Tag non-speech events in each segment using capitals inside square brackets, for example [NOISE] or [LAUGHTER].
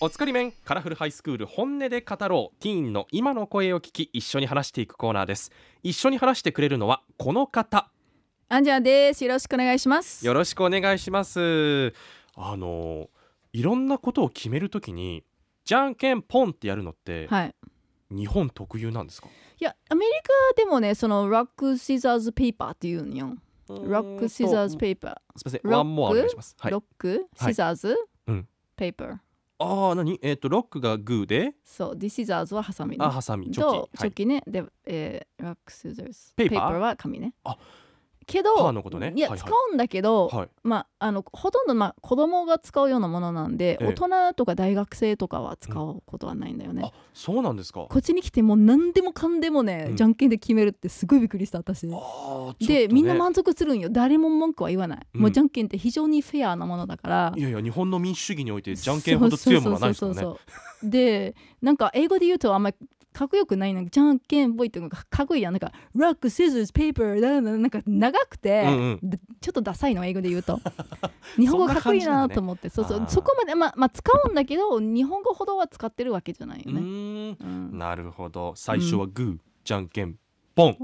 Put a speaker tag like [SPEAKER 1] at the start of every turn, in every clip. [SPEAKER 1] おつかり面カラフルハイスクール本音で語ろうティーンの今の声を聞き一緒に話していくコーナーです一緒に話してくれるのはこの方
[SPEAKER 2] アンジェラです。よろしくお願いします。
[SPEAKER 1] よろしくお願いしますあのいろんなことを決めるときにじゃんけんポンってやるのって、
[SPEAKER 2] はい。
[SPEAKER 1] 日本特有なんですか
[SPEAKER 2] いや、アメリカでもね、そのロックシザーズペーパーって言うんよ。
[SPEAKER 1] ロ
[SPEAKER 2] ロックシザーズ
[SPEAKER 1] ー
[SPEAKER 2] ペーパ
[SPEAKER 1] すみません
[SPEAKER 2] ロック
[SPEAKER 1] ワンモアお願いしますは
[SPEAKER 2] ー。
[SPEAKER 1] い
[SPEAKER 2] ロック
[SPEAKER 1] はい
[SPEAKER 2] シザーズ
[SPEAKER 1] うん
[SPEAKER 2] ペーパー。
[SPEAKER 1] ああ何えっ、とロックがグーで
[SPEAKER 2] そう、ディシザーズはハサミね。
[SPEAKER 1] あハサミチョキ
[SPEAKER 2] と、チ
[SPEAKER 1] は
[SPEAKER 2] ョ
[SPEAKER 1] い
[SPEAKER 2] キね。で、えーロックシザーズ
[SPEAKER 1] ペ
[SPEAKER 2] ペ
[SPEAKER 1] ー
[SPEAKER 2] ー
[SPEAKER 1] パー
[SPEAKER 2] パーは紙ね。
[SPEAKER 1] あ
[SPEAKER 2] けど、
[SPEAKER 1] パーのことね
[SPEAKER 2] いや、
[SPEAKER 1] はいはい
[SPEAKER 2] 使うんだけど、
[SPEAKER 1] はい
[SPEAKER 2] まあ、あのほとんど、まあ、子供が使うようなものなんで、
[SPEAKER 1] ええ
[SPEAKER 2] 大人とか大学生とかは使うことはないんだよね。
[SPEAKER 1] あそうなんですか
[SPEAKER 2] こっちに来てもう何でもかんでもね、
[SPEAKER 1] うん
[SPEAKER 2] じゃんけんで決めるってすごいびっくりした私、
[SPEAKER 1] あーちょっとね
[SPEAKER 2] でみんな満足するんよ誰も文句は言わない、
[SPEAKER 1] うん
[SPEAKER 2] もうじゃんけんって非常にフェアなものだから
[SPEAKER 1] いやいや日本の民主主義においてじゃんけんほど強いものはないですからね
[SPEAKER 2] そうそうそうそうでなんか英語で言うとあんまりかっこよくないなんかじゃんけんぽいっていうかかっこいいやんなんか「ロック・シズズ・ペーパー」だななんか長くて、
[SPEAKER 1] うんうん
[SPEAKER 2] でちょっとダサいの英語で言うと [LAUGHS] 日本語かっこいいなと思ってそ
[SPEAKER 1] んな感じなんだねあー
[SPEAKER 2] うそうそこまで、まあまあ、使うんだけど日本語ほどは使ってるわけじゃないよ
[SPEAKER 1] う
[SPEAKER 2] ね、
[SPEAKER 1] ーん
[SPEAKER 2] うん
[SPEAKER 1] なるほど最初はグー、じゃんけんポン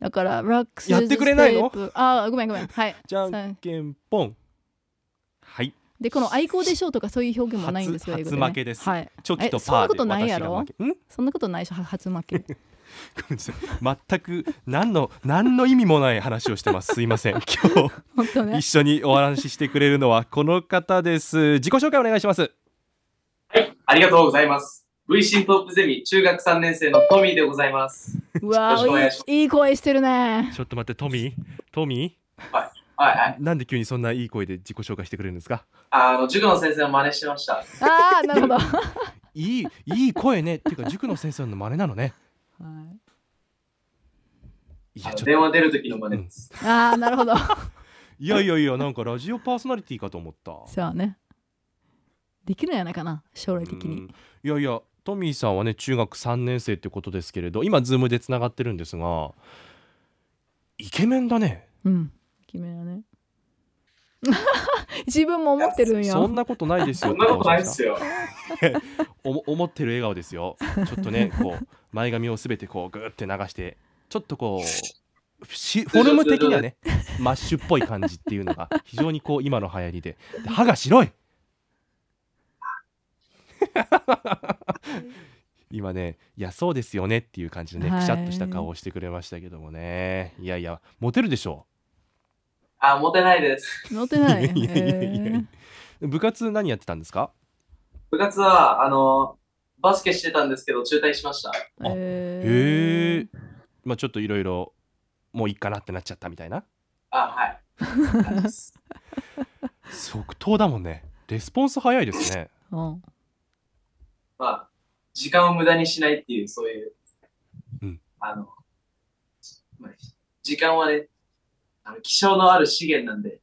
[SPEAKER 2] だから、ラックス
[SPEAKER 1] やってくれないの
[SPEAKER 2] あーごめんごめん。はい。
[SPEAKER 1] じゃんけんポンはい
[SPEAKER 2] で、この愛好でしょうとかそういう表現もないんですよ、
[SPEAKER 1] 初
[SPEAKER 2] 英語で、
[SPEAKER 1] 初負けです
[SPEAKER 2] はい。
[SPEAKER 1] チョキと
[SPEAKER 2] えそん
[SPEAKER 1] パ
[SPEAKER 2] なこと
[SPEAKER 1] ーで
[SPEAKER 2] ないや
[SPEAKER 1] 私が
[SPEAKER 2] ろ
[SPEAKER 1] 負けん
[SPEAKER 2] そんなことないでしょ、は初負
[SPEAKER 1] [LAUGHS]
[SPEAKER 2] け。
[SPEAKER 1] ごめんなさい全く何の何の意味もない話をしてますすい
[SPEAKER 2] [LAUGHS]
[SPEAKER 1] ません今
[SPEAKER 2] 本当
[SPEAKER 1] 日
[SPEAKER 2] ね
[SPEAKER 1] 一。緒にお話ししてくれるのはこの方です自己紹介お願いします
[SPEAKER 3] はい、ありがとうございます。V シントップゼミ中学3年生のトミーでございます。
[SPEAKER 2] うわ
[SPEAKER 3] よろしくお願い
[SPEAKER 2] ー
[SPEAKER 3] しま
[SPEAKER 2] いい、いい声してるね。
[SPEAKER 1] ちょっと待ってトミートミ
[SPEAKER 3] はいはい。
[SPEAKER 1] ーなんで急にそんないい声で自己紹介してくれるんですか
[SPEAKER 3] あの、塾の先生の真似してました。
[SPEAKER 2] ああ、なるほど。
[SPEAKER 1] いいいい声ねっていうか塾の先生の真似なのねい
[SPEAKER 3] あ
[SPEAKER 1] や
[SPEAKER 3] の
[SPEAKER 1] ちょっ
[SPEAKER 3] 電話出る時の真似です。
[SPEAKER 2] ああ、なるほど。
[SPEAKER 1] といやいやいやなんかラジオパーソナリティかと思った
[SPEAKER 2] そうね。できるんやないかな、将来的
[SPEAKER 1] う
[SPEAKER 2] に
[SPEAKER 1] ん。いやいやトミーさんはね中学3年生ってことですけれど今ズームでつながってるんですがイケメンだね
[SPEAKER 2] うん。決めだね。 [LAUGHS] 自分も思ってるんよ。
[SPEAKER 1] そんなことないですよ
[SPEAKER 3] [LAUGHS] そんなことないです
[SPEAKER 1] よ
[SPEAKER 3] よ。
[SPEAKER 1] 思ってる笑顔ですよちょっとねこう前髪をすべてこうグーって流してちょっとこうしフォルム的にはねマッシュっぽい感じっていうのが非常にこう今の流行りでで歯が白い今ね「いやそうですよね」っていう感じのね
[SPEAKER 2] はい
[SPEAKER 1] くしゃっとした顔をしてくれましたけどもねいやいやモテるでしょ
[SPEAKER 3] あ、モテないです。
[SPEAKER 2] 乗ってない。
[SPEAKER 1] いやいやいやいや
[SPEAKER 2] えー
[SPEAKER 1] 部活何やってたんですか
[SPEAKER 3] 部活は、あの、バスケしてたんですけど、中退しました。
[SPEAKER 1] あへ
[SPEAKER 2] え
[SPEAKER 1] えまあちょっといろいろもういいかなってなっちゃったみたいな
[SPEAKER 3] あ、はい。感じ
[SPEAKER 1] [LAUGHS]
[SPEAKER 3] です
[SPEAKER 1] 即答だもんねレスポンス早いですね
[SPEAKER 2] ー。うん。
[SPEAKER 3] まあ、時間を無駄にしないっていう、そういう、
[SPEAKER 1] うん
[SPEAKER 3] あの、まあ時間はね、あの希少のある資源なんで、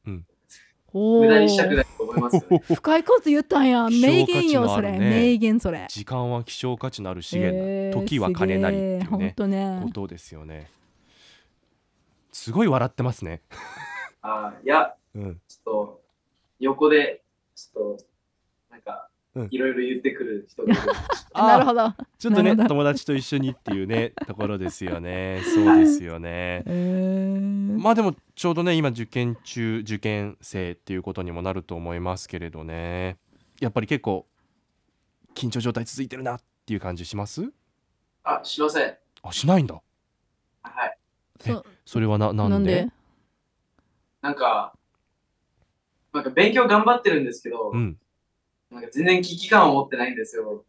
[SPEAKER 2] お
[SPEAKER 3] 無駄にしたく
[SPEAKER 2] ー
[SPEAKER 3] ないと思いますよ
[SPEAKER 1] [LAUGHS]
[SPEAKER 3] ね。
[SPEAKER 2] 深いこと言ったんや
[SPEAKER 1] 希少価
[SPEAKER 2] 名
[SPEAKER 1] 値の
[SPEAKER 2] 言よ
[SPEAKER 1] あ
[SPEAKER 2] そ
[SPEAKER 1] る
[SPEAKER 2] れ、
[SPEAKER 1] ね
[SPEAKER 2] 名言それ
[SPEAKER 1] 時間は希少価値のある資源だ、
[SPEAKER 2] えー
[SPEAKER 1] 時は金なりっていう
[SPEAKER 2] すげえほん
[SPEAKER 1] ね
[SPEAKER 2] とね
[SPEAKER 1] ことですよねすごい笑ってますね、
[SPEAKER 3] あいや、
[SPEAKER 1] うん、
[SPEAKER 3] ちょっと、横で、ちょっと、なんか
[SPEAKER 1] うん、
[SPEAKER 3] いろいろ言ってくる人がいる。
[SPEAKER 2] なるほ
[SPEAKER 1] ど
[SPEAKER 2] ど、
[SPEAKER 1] ちょっとね
[SPEAKER 2] なるほど
[SPEAKER 1] 友達と一緒にっていうねところですよ [LAUGHS] ねそうですよね
[SPEAKER 2] えー
[SPEAKER 1] まあでもちょうどね今受験中受験生っていうことにもなると思いますけれどねやっぱり結構緊張状態続いてるなっていう感じします
[SPEAKER 3] あ、しません。
[SPEAKER 1] あしないんだ
[SPEAKER 3] はい。
[SPEAKER 2] そ
[SPEAKER 1] それはななんで
[SPEAKER 2] なんで
[SPEAKER 3] なんか、なんか勉強頑張ってるんですけど、
[SPEAKER 1] うん、
[SPEAKER 3] なんか全然危機感を持ってないんですよ。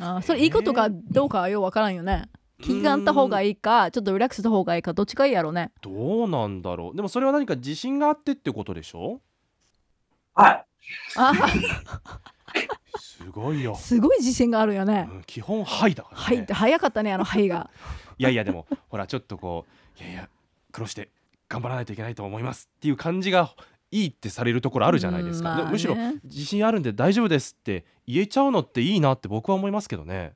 [SPEAKER 2] あーそれいいことかどうかはようわからんよね聞きがあった方が
[SPEAKER 1] い
[SPEAKER 2] いいかちょっとリラックスした方がいいかどっちかいいやろうね
[SPEAKER 1] どうなんだろうでもそれは何か自信があってってことでしょ
[SPEAKER 3] はい。
[SPEAKER 2] あ
[SPEAKER 1] すごいよ
[SPEAKER 2] ー、すごい自信があるよね
[SPEAKER 1] うん基本はいだから、
[SPEAKER 2] は
[SPEAKER 1] ね
[SPEAKER 2] いって早かったねあの「はい」が
[SPEAKER 1] いやいやでも [LAUGHS] ほらちょっとこういやいや苦労して頑張らないといけないと思いますっていう感じがいいってされるところあるじゃないですか、
[SPEAKER 2] うんまあね
[SPEAKER 1] むしろ自信あるんで大丈夫ですって言えちゃうのっていいなって僕は思いますけどね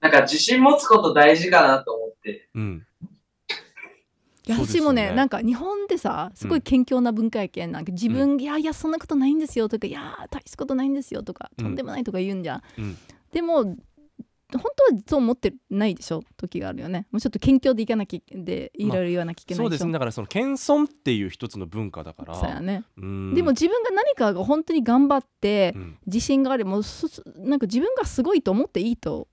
[SPEAKER 3] なんか自信持つこと大事かなと思って、
[SPEAKER 1] うん
[SPEAKER 2] いや
[SPEAKER 1] そうです
[SPEAKER 2] 私
[SPEAKER 1] よね
[SPEAKER 2] もねなんか日本でさすごい謙虚な文化やけんなんか自分、いやいやそんなことないんですよとかいやー大したことないんですよとか
[SPEAKER 1] うん
[SPEAKER 2] とんでもないとか言うんじゃん、
[SPEAKER 1] うん
[SPEAKER 2] でも本当はそう思ってないでしょ時があるよねもうちょっと謙虚でいかなきゃでいろいろ言わなきゃいけな
[SPEAKER 1] そ
[SPEAKER 2] いうで
[SPEAKER 1] で
[SPEAKER 2] し
[SPEAKER 1] す
[SPEAKER 2] ょ
[SPEAKER 1] ねだからその謙遜っていう一つの文化だから
[SPEAKER 2] そうやね、
[SPEAKER 1] うん
[SPEAKER 2] でも自分が何かが本当に頑張って
[SPEAKER 1] うん
[SPEAKER 2] 自信があればもうそそなんか自分がすごいと思っていいと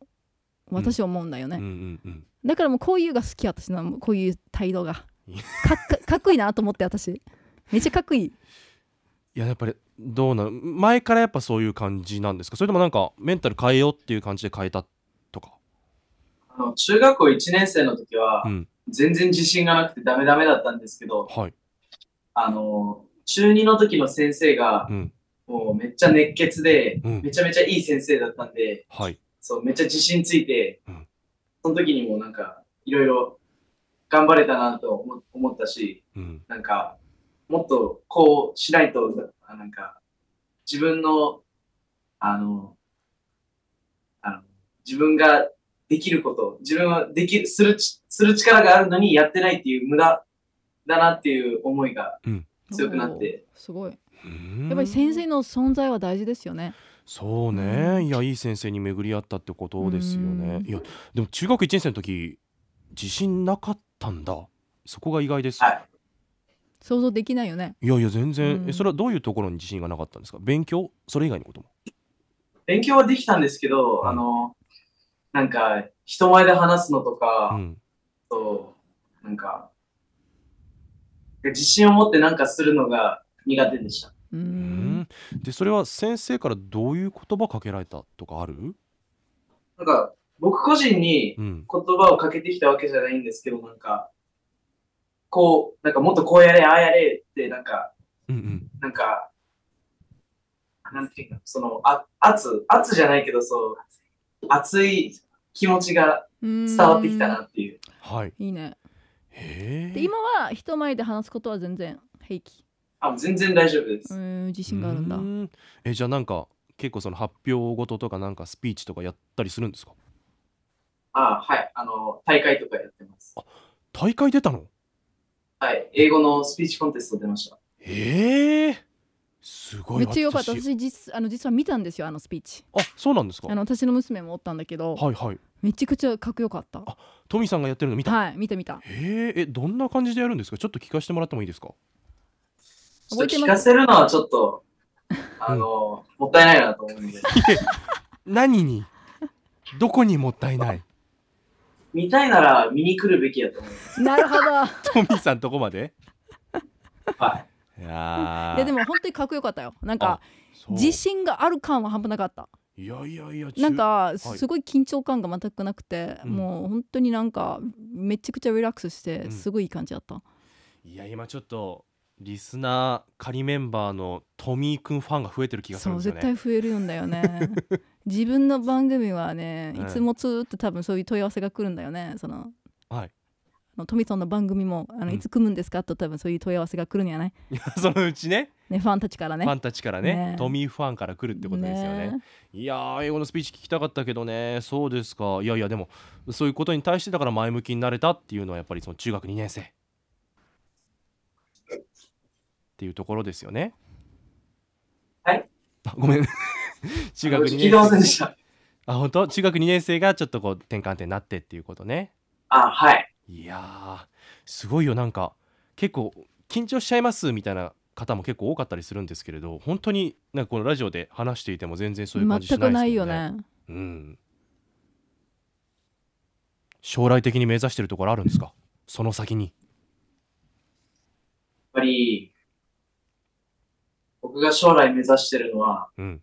[SPEAKER 2] 私は思うんだよね、
[SPEAKER 1] うんうんうん
[SPEAKER 2] だからもうこういうが好き私のこういう態度がか
[SPEAKER 1] いや
[SPEAKER 2] っかかっこいいなと思って私めっちゃかっこいい
[SPEAKER 1] いややっぱりどうなの前からやっぱそういう感じなんですかそれともなんかメンタル変えようっていう感じで変えたとか
[SPEAKER 3] あの中学校1年生の時は
[SPEAKER 1] う、ん
[SPEAKER 3] 全然自信がなくてダメダメだったんですけど、
[SPEAKER 1] はい
[SPEAKER 3] あの、中2の時の先生が
[SPEAKER 1] う、ん
[SPEAKER 3] もうめっちゃ熱血で、
[SPEAKER 1] うん
[SPEAKER 3] めちゃめちゃいい先生だったんで、
[SPEAKER 1] はい
[SPEAKER 3] そう、めっちゃ自信ついて、
[SPEAKER 1] うん
[SPEAKER 3] その時にもなんか、いろいろ頑張れたなと思思ったし、
[SPEAKER 1] うん
[SPEAKER 3] なんか、もっとこうしないと、あなんか、自分の、あの、あの自分ができること、自分はできる、するち、する力があるのにやってないっていう無駄だなっていう思いが強くなって、
[SPEAKER 2] おーすごい
[SPEAKER 1] うん
[SPEAKER 2] やっぱり先生の存在は大事ですよね
[SPEAKER 1] そう
[SPEAKER 2] う
[SPEAKER 1] ね
[SPEAKER 2] ん
[SPEAKER 1] いやいい先生に巡り合ったってことですよね
[SPEAKER 2] うん
[SPEAKER 1] いやでも中学1年生の時自信なかったんだそこが意外です、
[SPEAKER 3] はい
[SPEAKER 2] 想像できないよね
[SPEAKER 1] いやいや全然、
[SPEAKER 2] うん
[SPEAKER 1] えそれはどういうところに自信がなかったんですか勉強それ以外のことも
[SPEAKER 3] 勉強はできたんですけど、
[SPEAKER 1] うん
[SPEAKER 3] あの、なんか、人前で話すのとか、
[SPEAKER 1] うん
[SPEAKER 3] そう、なんか、自信を持ってなんかするのが苦手でした。
[SPEAKER 2] うー
[SPEAKER 1] うんんでそれは先生からどういう言葉かけられたとかある
[SPEAKER 3] なんか、僕個人に
[SPEAKER 1] うん
[SPEAKER 3] 言葉をかけてきたわけじゃないんですけど、なんか、こう、なんかもっとこうやれ、ああやれって、なんか、
[SPEAKER 1] うんうん
[SPEAKER 3] なんか、なんていうか、その、あ圧、圧じゃないけど、そう、熱い気持ちが
[SPEAKER 2] うーん
[SPEAKER 3] 伝わってきたなっていう。
[SPEAKER 1] はい
[SPEAKER 2] いいね
[SPEAKER 1] へ
[SPEAKER 2] で
[SPEAKER 1] え
[SPEAKER 2] 今は人前で話すことは全然平気
[SPEAKER 3] あ、全然大丈夫です。
[SPEAKER 2] うーん自信があるんだ
[SPEAKER 1] うーんえじゃあなんか結構その発表ごととかなんかスピーチとかやったりするんですか
[SPEAKER 3] あはい。あの、大会とかやってます。
[SPEAKER 1] 大会出たの
[SPEAKER 3] はい。英語のスピーチコンテスト出ました。
[SPEAKER 1] ええすごい
[SPEAKER 2] めっちゃよかった
[SPEAKER 1] 私
[SPEAKER 2] 私実あの実は見たんですよあのスピーチ
[SPEAKER 1] あそうなんですか
[SPEAKER 2] あの私の娘もおったんだけど
[SPEAKER 1] はいはい
[SPEAKER 2] めちゃくちゃかっこよかった
[SPEAKER 1] トミーさんがやってるの見た、
[SPEAKER 2] はい見た見た
[SPEAKER 1] へええどんな感じでやるんですかちょっと聞かせてもらってもいいですか
[SPEAKER 2] 覚えて
[SPEAKER 3] ちょっと聞
[SPEAKER 2] ま
[SPEAKER 3] か
[SPEAKER 2] す
[SPEAKER 3] せるのはちょっ [LAUGHS] と、あの、もったいないなと思うんで。
[SPEAKER 1] 何に [LAUGHS] どこにもったいない
[SPEAKER 3] 見たいなら見に来るべきやと思います。
[SPEAKER 2] なるほど
[SPEAKER 1] [LAUGHS] トミーさんとこまで
[SPEAKER 3] はい
[SPEAKER 1] や
[SPEAKER 2] いやでも本当にかっこよかったよなん
[SPEAKER 1] あ
[SPEAKER 2] か
[SPEAKER 1] そう
[SPEAKER 2] 自信がある感は半端なかった
[SPEAKER 1] いやいやいや
[SPEAKER 2] なん
[SPEAKER 1] 中
[SPEAKER 2] か
[SPEAKER 1] い
[SPEAKER 2] すごい緊張感が全くなくて、
[SPEAKER 1] うん
[SPEAKER 2] もう本当になんかめちゃくちゃリラックスして
[SPEAKER 1] ん
[SPEAKER 2] すごいいい感じだった、
[SPEAKER 1] いや今ちょっとリスナー仮メンバーのトミーくんファンが増えてる気がす
[SPEAKER 2] そ
[SPEAKER 1] るんで
[SPEAKER 2] う
[SPEAKER 1] すよ
[SPEAKER 2] 絶
[SPEAKER 1] ね
[SPEAKER 2] 対増えるんだ
[SPEAKER 1] [LAUGHS]
[SPEAKER 2] よね自分の番組はね
[SPEAKER 1] うん
[SPEAKER 2] いつもずっと多分そういう問い合わせが来るんだよねその
[SPEAKER 1] はい
[SPEAKER 2] あのトミソンの番組もあ
[SPEAKER 1] う
[SPEAKER 2] の
[SPEAKER 1] ん
[SPEAKER 2] いつ組むんですかと多分そういう問い合わせが来るんやない、
[SPEAKER 1] いや [LAUGHS] そのうちね
[SPEAKER 2] ね、ファンたちからね
[SPEAKER 1] ファンたちからね
[SPEAKER 2] ね
[SPEAKER 1] トミーファンから来るってことですよね
[SPEAKER 2] ね
[SPEAKER 1] いやー英語のスピーチ聞きたかったけどねそうですかいやいやでもそういうことに対してだから前向きになれたっていうのはやっぱりその中学2年生っていうところですよね
[SPEAKER 3] はい
[SPEAKER 1] あごめん [LAUGHS] 中学2
[SPEAKER 3] 聞いてません
[SPEAKER 1] 年生
[SPEAKER 3] でした。
[SPEAKER 1] あ本当中学2年生がちょっとこう転換点になってっていうことね
[SPEAKER 3] あ、はい。
[SPEAKER 1] いやーすごいよなんか結構緊張しちゃいますみたいな方も結構多かったりするんですけれど本当になんかこのラジオで話していても全然そういう感じし
[SPEAKER 2] 全
[SPEAKER 1] な
[SPEAKER 2] く
[SPEAKER 1] いですもんね
[SPEAKER 2] ないよね
[SPEAKER 1] うん将来的に目指してるところあるんですかその先に
[SPEAKER 3] やっぱり、僕が将来目指してるのは、
[SPEAKER 1] うん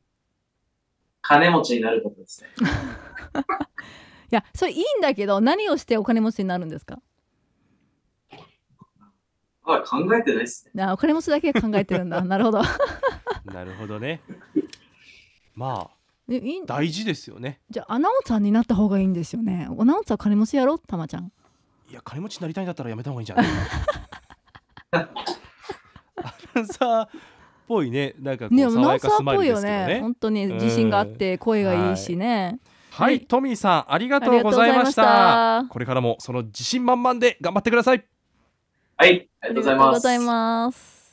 [SPEAKER 3] 金持ちになることですね。
[SPEAKER 2] いやそれいいんだけど何をしてお金持ちになるんですか
[SPEAKER 3] まだ考えてないですね。
[SPEAKER 2] なお金持ちだけ考えてる
[SPEAKER 1] [LAUGHS]
[SPEAKER 2] んだなるほど
[SPEAKER 1] [LAUGHS] なるほどねまあ
[SPEAKER 2] でいい
[SPEAKER 1] 大事ですよね
[SPEAKER 2] じゃあアナウンサーになった方がいいんですよねアナウンサー金持ちやろたまちゃん
[SPEAKER 1] いや金持ちになりたいんだったらやめた方がいいんじゃないアナウンサーっぽいねなんかこう
[SPEAKER 2] ねアナ
[SPEAKER 1] 爽
[SPEAKER 2] ウ
[SPEAKER 1] や
[SPEAKER 2] ンサ
[SPEAKER 1] か
[SPEAKER 2] ー
[SPEAKER 1] ス
[SPEAKER 2] っ
[SPEAKER 1] マイ
[SPEAKER 2] ぽ
[SPEAKER 1] ル
[SPEAKER 2] い
[SPEAKER 1] で
[SPEAKER 2] よ
[SPEAKER 1] すけど
[SPEAKER 2] ね
[SPEAKER 1] ね
[SPEAKER 2] 本当に自信があって声がいいしね、
[SPEAKER 1] は、
[SPEAKER 2] はいい
[SPEAKER 1] トミーさんありがとうございました
[SPEAKER 2] ありがとうございました
[SPEAKER 1] これからもその自信満々で頑張ってください
[SPEAKER 3] はい、ありがとうございます。
[SPEAKER 2] ます。